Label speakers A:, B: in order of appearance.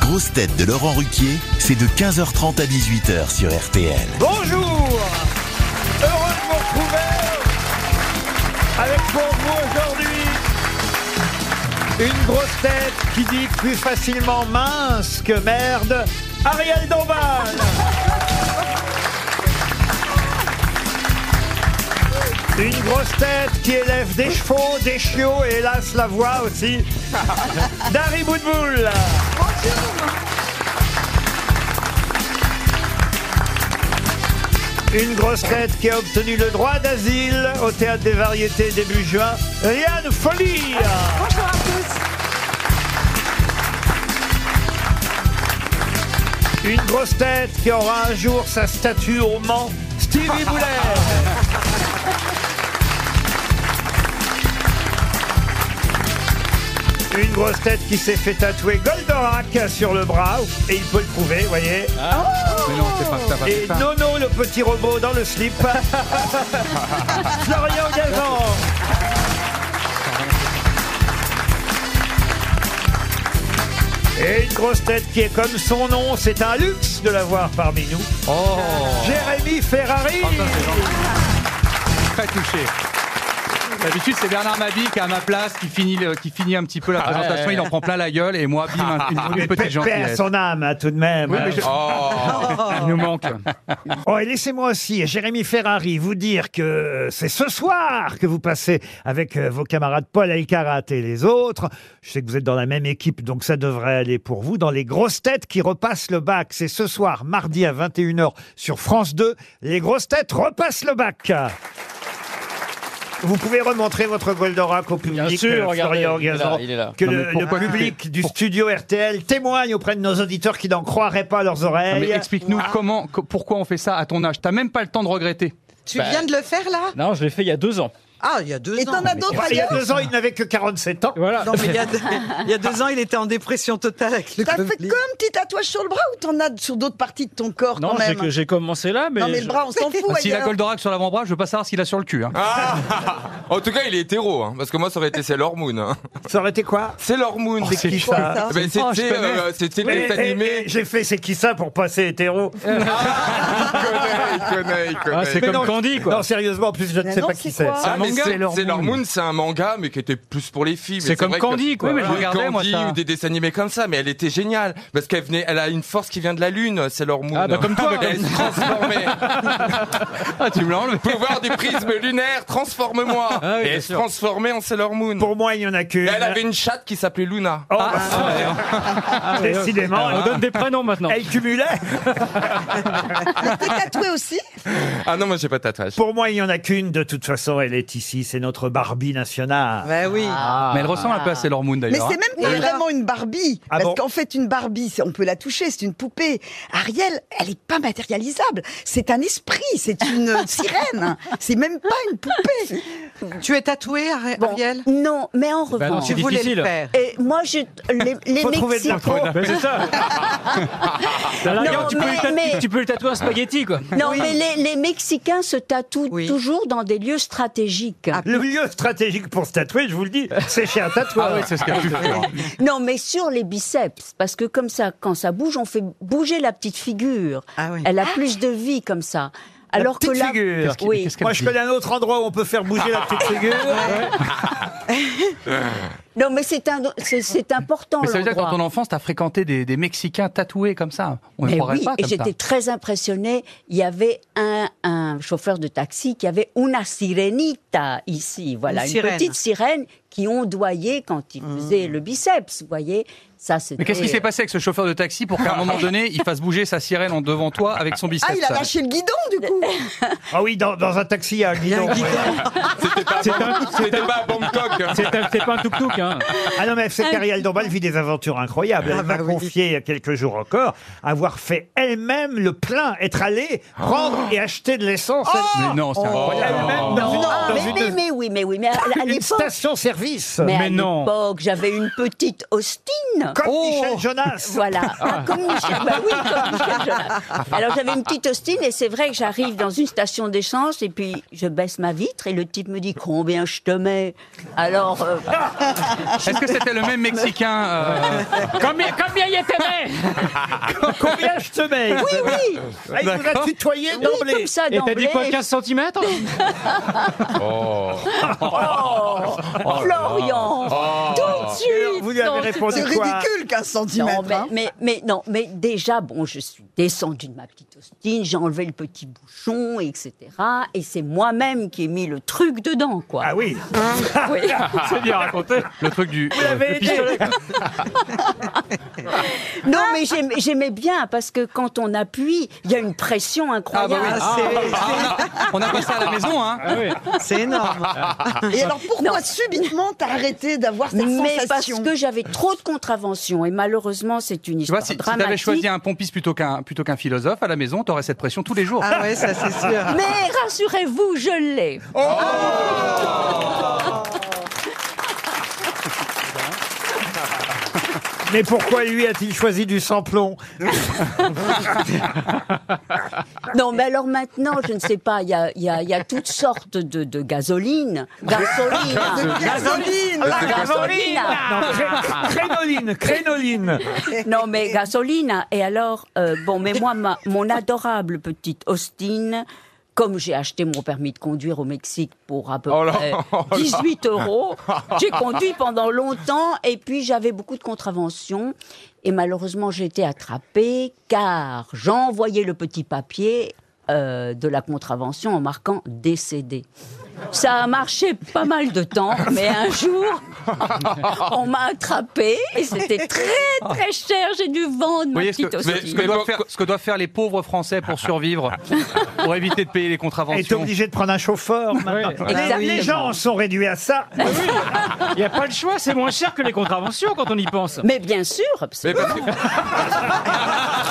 A: grosses têtes de Laurent Ruquier, c'est de 15h30 à 18h sur RTL.
B: Bonjour Heureux de vous retrouver avec pour vous aujourd'hui une grosse tête qui dit plus facilement mince que merde, Ariel Dombal Une grosse tête qui élève des chevaux, des chiots et hélas la voix aussi, Dari Boudboul Une grosse tête qui a obtenu le droit d'asile au Théâtre des Variétés début juin, Yann Folie
C: Bonjour à tous.
B: Une grosse tête qui aura un jour sa statue au Mans, Stevie Boulet Une grosse tête qui s'est fait tatouer Goldorak sur le bras, et il peut le prouver, voyez.
D: Mais non, c'est pas ça. va,
B: Et
D: c'est pas.
B: Nono, le petit robot dans le slip. Florian Gazan. Et une grosse tête qui est comme son nom, c'est un luxe de l'avoir parmi nous.
D: Oh,
B: Jérémy Ferrari.
D: très touché. D'habitude, c'est Bernard Mabic à ma place qui finit, le- qui finit un petit peu la présentation. Il en prend plein la gueule et moi, bim, une, une petite
B: Père
D: gentillesse.
B: son âme, hein, tout de même.
D: Oui, mais je- Il nous manque.
B: Oh, et laissez-moi aussi, Jérémy Ferrari, vous dire que euh, c'est ce soir que vous passez avec euh, vos camarades Paul Alcarat et les autres. Je sais que vous êtes dans la même équipe, donc ça devrait aller pour vous. Dans les grosses têtes qui repassent le bac, c'est ce soir, mardi à 21h sur France 2. Les grosses têtes repassent le bac. Vous pouvez remontrer votre Goldorak au public,
E: sûr,
B: euh,
E: regardez,
B: Florian
E: il est là,
B: Gazan,
E: il est là.
B: que
D: Non, mais
B: le, le
D: pourquoi tu-
B: public du studio RTL témoigne auprès de nos auditeurs qui n'en croiraient pas leurs
D: Non,
B: oreilles.
D: mais explique-nous comment, co- pourquoi on fait ça à ton âge. T'as même pas le temps de regretter.
C: Tu
E: Bah.
C: viens de le faire là
E: Non, je l'ai fait il y a deux ans.
C: Ah, il y a deux ans. Et t'en as d'autres
B: Il y a deux ans, il n'avait que 47 ans.
E: Voilà.
C: Non, mais il y, a deux, il y a deux ans, il était en dépression totale avec le
F: T'as fait
C: Covid.
F: comme petit tatouage sur le bras ou t'en as sur d'autres parties de ton corps
E: Non,
F: quand
E: j'ai
F: même
E: que- j'ai commencé là, mais.
F: Non mais
E: je-
F: le bras on s'en fout.
D: S'il a
F: ailleurs.
D: Goldorak sur l'avant-bras, je veux pas savoir s'il a sur le cul. hein.
G: En tout cas, il est hétéro, hein, parce que moi, ça aurait été Sailor Moon. hein.
B: Ça aurait été quoi
G: Sailor Moon.
D: c'est
B: qui
D: chaud.
B: ça
F: ça
G: Eh ben, C'était
D: Oh, je connais.
G: euh, c'était
B: Mais,
G: les
B: eh,
G: animés.
B: eh, J'ai fait c'est qui ça pour passer hétéro
G: Il connaît, il connaît, il connaît.
E: Ah, c'est comme
B: non,
E: Candy, quoi.
B: Non, sérieusement, en plus je ne
F: Mais
B: sais
F: non,
B: pas qui
F: c'est
B: c'est.
F: quoi
G: Ah,
D: un
G: mais
D: manga,
G: c'est-
D: Sailor
G: Sailor
D: Moon.
G: Moon, c'est un manga, mais qui était plus pour les filles. mais
D: C'est comme
G: vrai que-
D: Candy, quoi. Oui, mais je
G: Oui,
D: regardais, moi,
G: Candy
D: ça.
G: ou des dessins animés comme ça, mais elle était géniale. Parce qu'elle venait, elle a une force qui vient de la Lune, Sailor Moon.
D: Ah, bah, comme toi.
G: Elle se transformait.
D: Ah, tu me l'as enlevé.
G: Pouvoir du prisme lunaire, transforme-moi.
D: Ah, oui,
G: Et
D: bien
G: elle se
D: sûr.
G: transformait en Sailor Moon.
B: Pour moi, il n'y en a qu'une.
G: Et elle avait une chatte qui s'appelait Luna.
B: Oh, bah, décidément,
E: On donne des prénoms maintenant.
B: elle cumulait.
F: T'es tatoué aussi
G: Ah non, moi, j'ai pas de tatouage.
B: Pour moi, il n'y en a qu'une. De toute façon, elle est ici. C'est notre Barbie nationale.
C: Ben oui.
E: Ah.
D: Mais elle ressemble un peu à Sailor Moon
F: Mais
D: d'ailleurs.
F: c'est même pas vraiment une Barbie.
B: Ah
F: parce
B: bon
F: qu'en fait, une Barbie, c'est- on peut la toucher, c'est une poupée. Ariel, elle est pas matérialisable. C'est un esprit, c'est une sirène. C'est même pas une poupée.
C: Tu es tatoué, Ari-
H: Bon,
C: Ariel
H: Non, mais en
D: hein.
E: Bah non,
F: Ah,
H: revanche,
E: c'est
C: Tu voulais
E: difficile.
C: le faire.
H: et moi, je, les, les
B: Faut trouver de la
H: Mexicains.
B: peau.
E: Bah, c'est ça. T'as la
H: Non,
E: gueule, tu, peux
H: mais-
E: le tat-
H: mais-
E: tu peux le tatouer en spaghetti, quoi.
H: Non, mais les, les Mexicains se tatouent
C: Oui.
H: toujours dans des lieux stratégiques.
B: Le lieu stratégique pour se tatouer, je vous le dis, c'est chez un tatoueur.
D: Ah ouais, c'est ce qu'elle a pu faire.
H: Non, mais sur les biceps, parce que comme ça, quand ça bouge, on fait bouger la petite figure.
C: Ah oui.
H: Elle a plus de vie comme ça. Alors
B: petite
H: que là,
B: figure. Qu'est-ce
D: qu'il-
H: oui.
D: qu'est-ce
B: moi, je connais un autre endroit où on peut faire bouger la petite figure.
H: Non, mais c'est un, c'est, c'est important.
D: Mais ça veut dire que dans
H: l'endroit.
D: ton enfance, t'as fréquenté des, des Mexicains tatoués comme ça. On ne
H: Mais
D: croirait
H: oui,
D: pas
H: et
D: comme ça.
H: j'étais très impressionnée. Il y avait un, un chauffeur de taxi qui avait una sirenita ici, voilà,
C: Une
H: une,
C: sirène. Mmh.
H: petite sirène qui ondoyait quand il faisait le biceps, vous voyez. Ça, c'était...
D: Mais qu'est-ce qui s'est passé avec ce chauffeur de taxi pour qu'à un moment donné, il fasse bouger sa sirène en devant toi avec son biceps
F: Ah il a lâché le guidon du coup.
B: Ah oui, dans, dans un taxi, il y a un guidon.
G: C'était pas, à Bangkok. C'était pas à Bangkok. hein.
E: C'est un- c'est pas un tuk-tuk, hein.
B: Ah non, mais c'est qu'Ariel Dombal vit des aventures incroyables. Elle
C: Ah
B: m'a
C: bah oui.
B: confié il y a quelques jours encore avoir fait elle-même le plein, être allée prendre et acheter de l'essence.
D: Mais non, c'est incroyable.
B: elle-même dans une-
H: Non,
B: dans
H: Oh Ah, mais,
B: une,
H: mais, mais oui, mais oui, mais à, à
B: une
H: l'époque...
B: station-service.
H: Mais, à
E: Mais non.
H: l'époque, j'avais une petite Austin.
B: Comme Michel Jonas.
H: Voilà, Ah, comme Michel, bah oui, comme Michel Jonas. Alors j'avais une petite Austin et c'est vrai que j'arrive dans une station d'essence et puis je baisse ma vitre et le type me dit combien je te mets Alors, euh,
D: Est-ce que c'était le même Mexicain euh,
E: Combien, combien y était
B: Combien je te mets
H: oui, oui,
B: Ah, Il vous a tutoyé
H: oui,
B: d'emblée.
H: comme ça
E: Et t'as
H: d'emblée.
E: dit quoi, 15 cm
G: Oh.
H: Oh, Florian, tout de suite.
B: Vous lui avez
H: non,
B: répondu
F: C'est
B: quoi
F: ridicule, hein. 15 cm.
H: Non, mais, mais, mais non, mais déjà, bon, je suis descendue de ma petite Austin, j'ai enlevé le petit bouchon, etc. Et c'est moi-même qui ai mis le truc dedans, quoi.
B: Ah oui,
H: oui.
E: C'est bien raconté.
D: Le truc du. euh,
B: vous l'avez aidé.
H: Non, mais j'aime- j'aimais bien parce que quand on appuie, il y a une pression
D: Ah bah
H: incroyable.
D: oui.
C: Ah, c'est-
D: Ah, on, a, on a passé à la maison, hein.
C: C'est énorme.
F: Et alors pourquoi subitement t'as arrêté d'avoir cette
H: Mais parce
F: sensation
H: que j'avais trop de contraventions et malheureusement c'est une
D: Tu vois,
H: histoire
D: si, si
H: dramatique.
D: t'avais choisi un pompiste plutôt qu'un plutôt qu'un philosophe à la maison, t'aurais cette pression tous les jours.
C: Ah ouais, ça c'est sûr.
H: Mais rassurez-vous, je l'ai.
D: Oh.
B: Mais pourquoi lui a-t-il choisi du samplon
H: Non, mais alors maintenant, je ne sais pas, il y a, il y a- il y a toutes sortes de, de gasolines. Gasoline.
F: Gasoline
H: La gasoline
B: Non, cré- crénoline, crénoline.
H: Non, mais gasoline. Et alors, euh, bon, mais moi, ma- mon adorable petite Austin, comme j'ai acheté mon permis de conduire au Mexique pour à peu
G: Oh là,
H: près
G: oh là.
H: 18 euros, j'ai conduit pendant longtemps et puis j'avais beaucoup de contraventions. Et malheureusement, j'ai été attrapée car j'envoyais le petit papier euh, de la contravention en marquant décédé. Ça a marché pas mal de temps, mais un jour,
D: Ah.
H: on m'a attrapé et c'était très très cher. J'ai dû vendre
D: Vous
H: ma
D: voyez ce
H: petite
D: que,
H: hostie.
D: ce, que
G: Mais
D: doivent
G: pour-
D: faire, ce que doivent faire les pauvres Français pour survivre, pour éviter de payer les
B: Elle est
D: contraventions.
B: obligée de prendre un chauffeur maintenant.
H: Ouais.
B: Les- Les gens en sont réduits à ça.
E: Il n'y a pas le choix, c'est moins cher que les contraventions quand on y pense.
H: Mais bien sûr,
G: Mais
H: absolument.
G: parce que-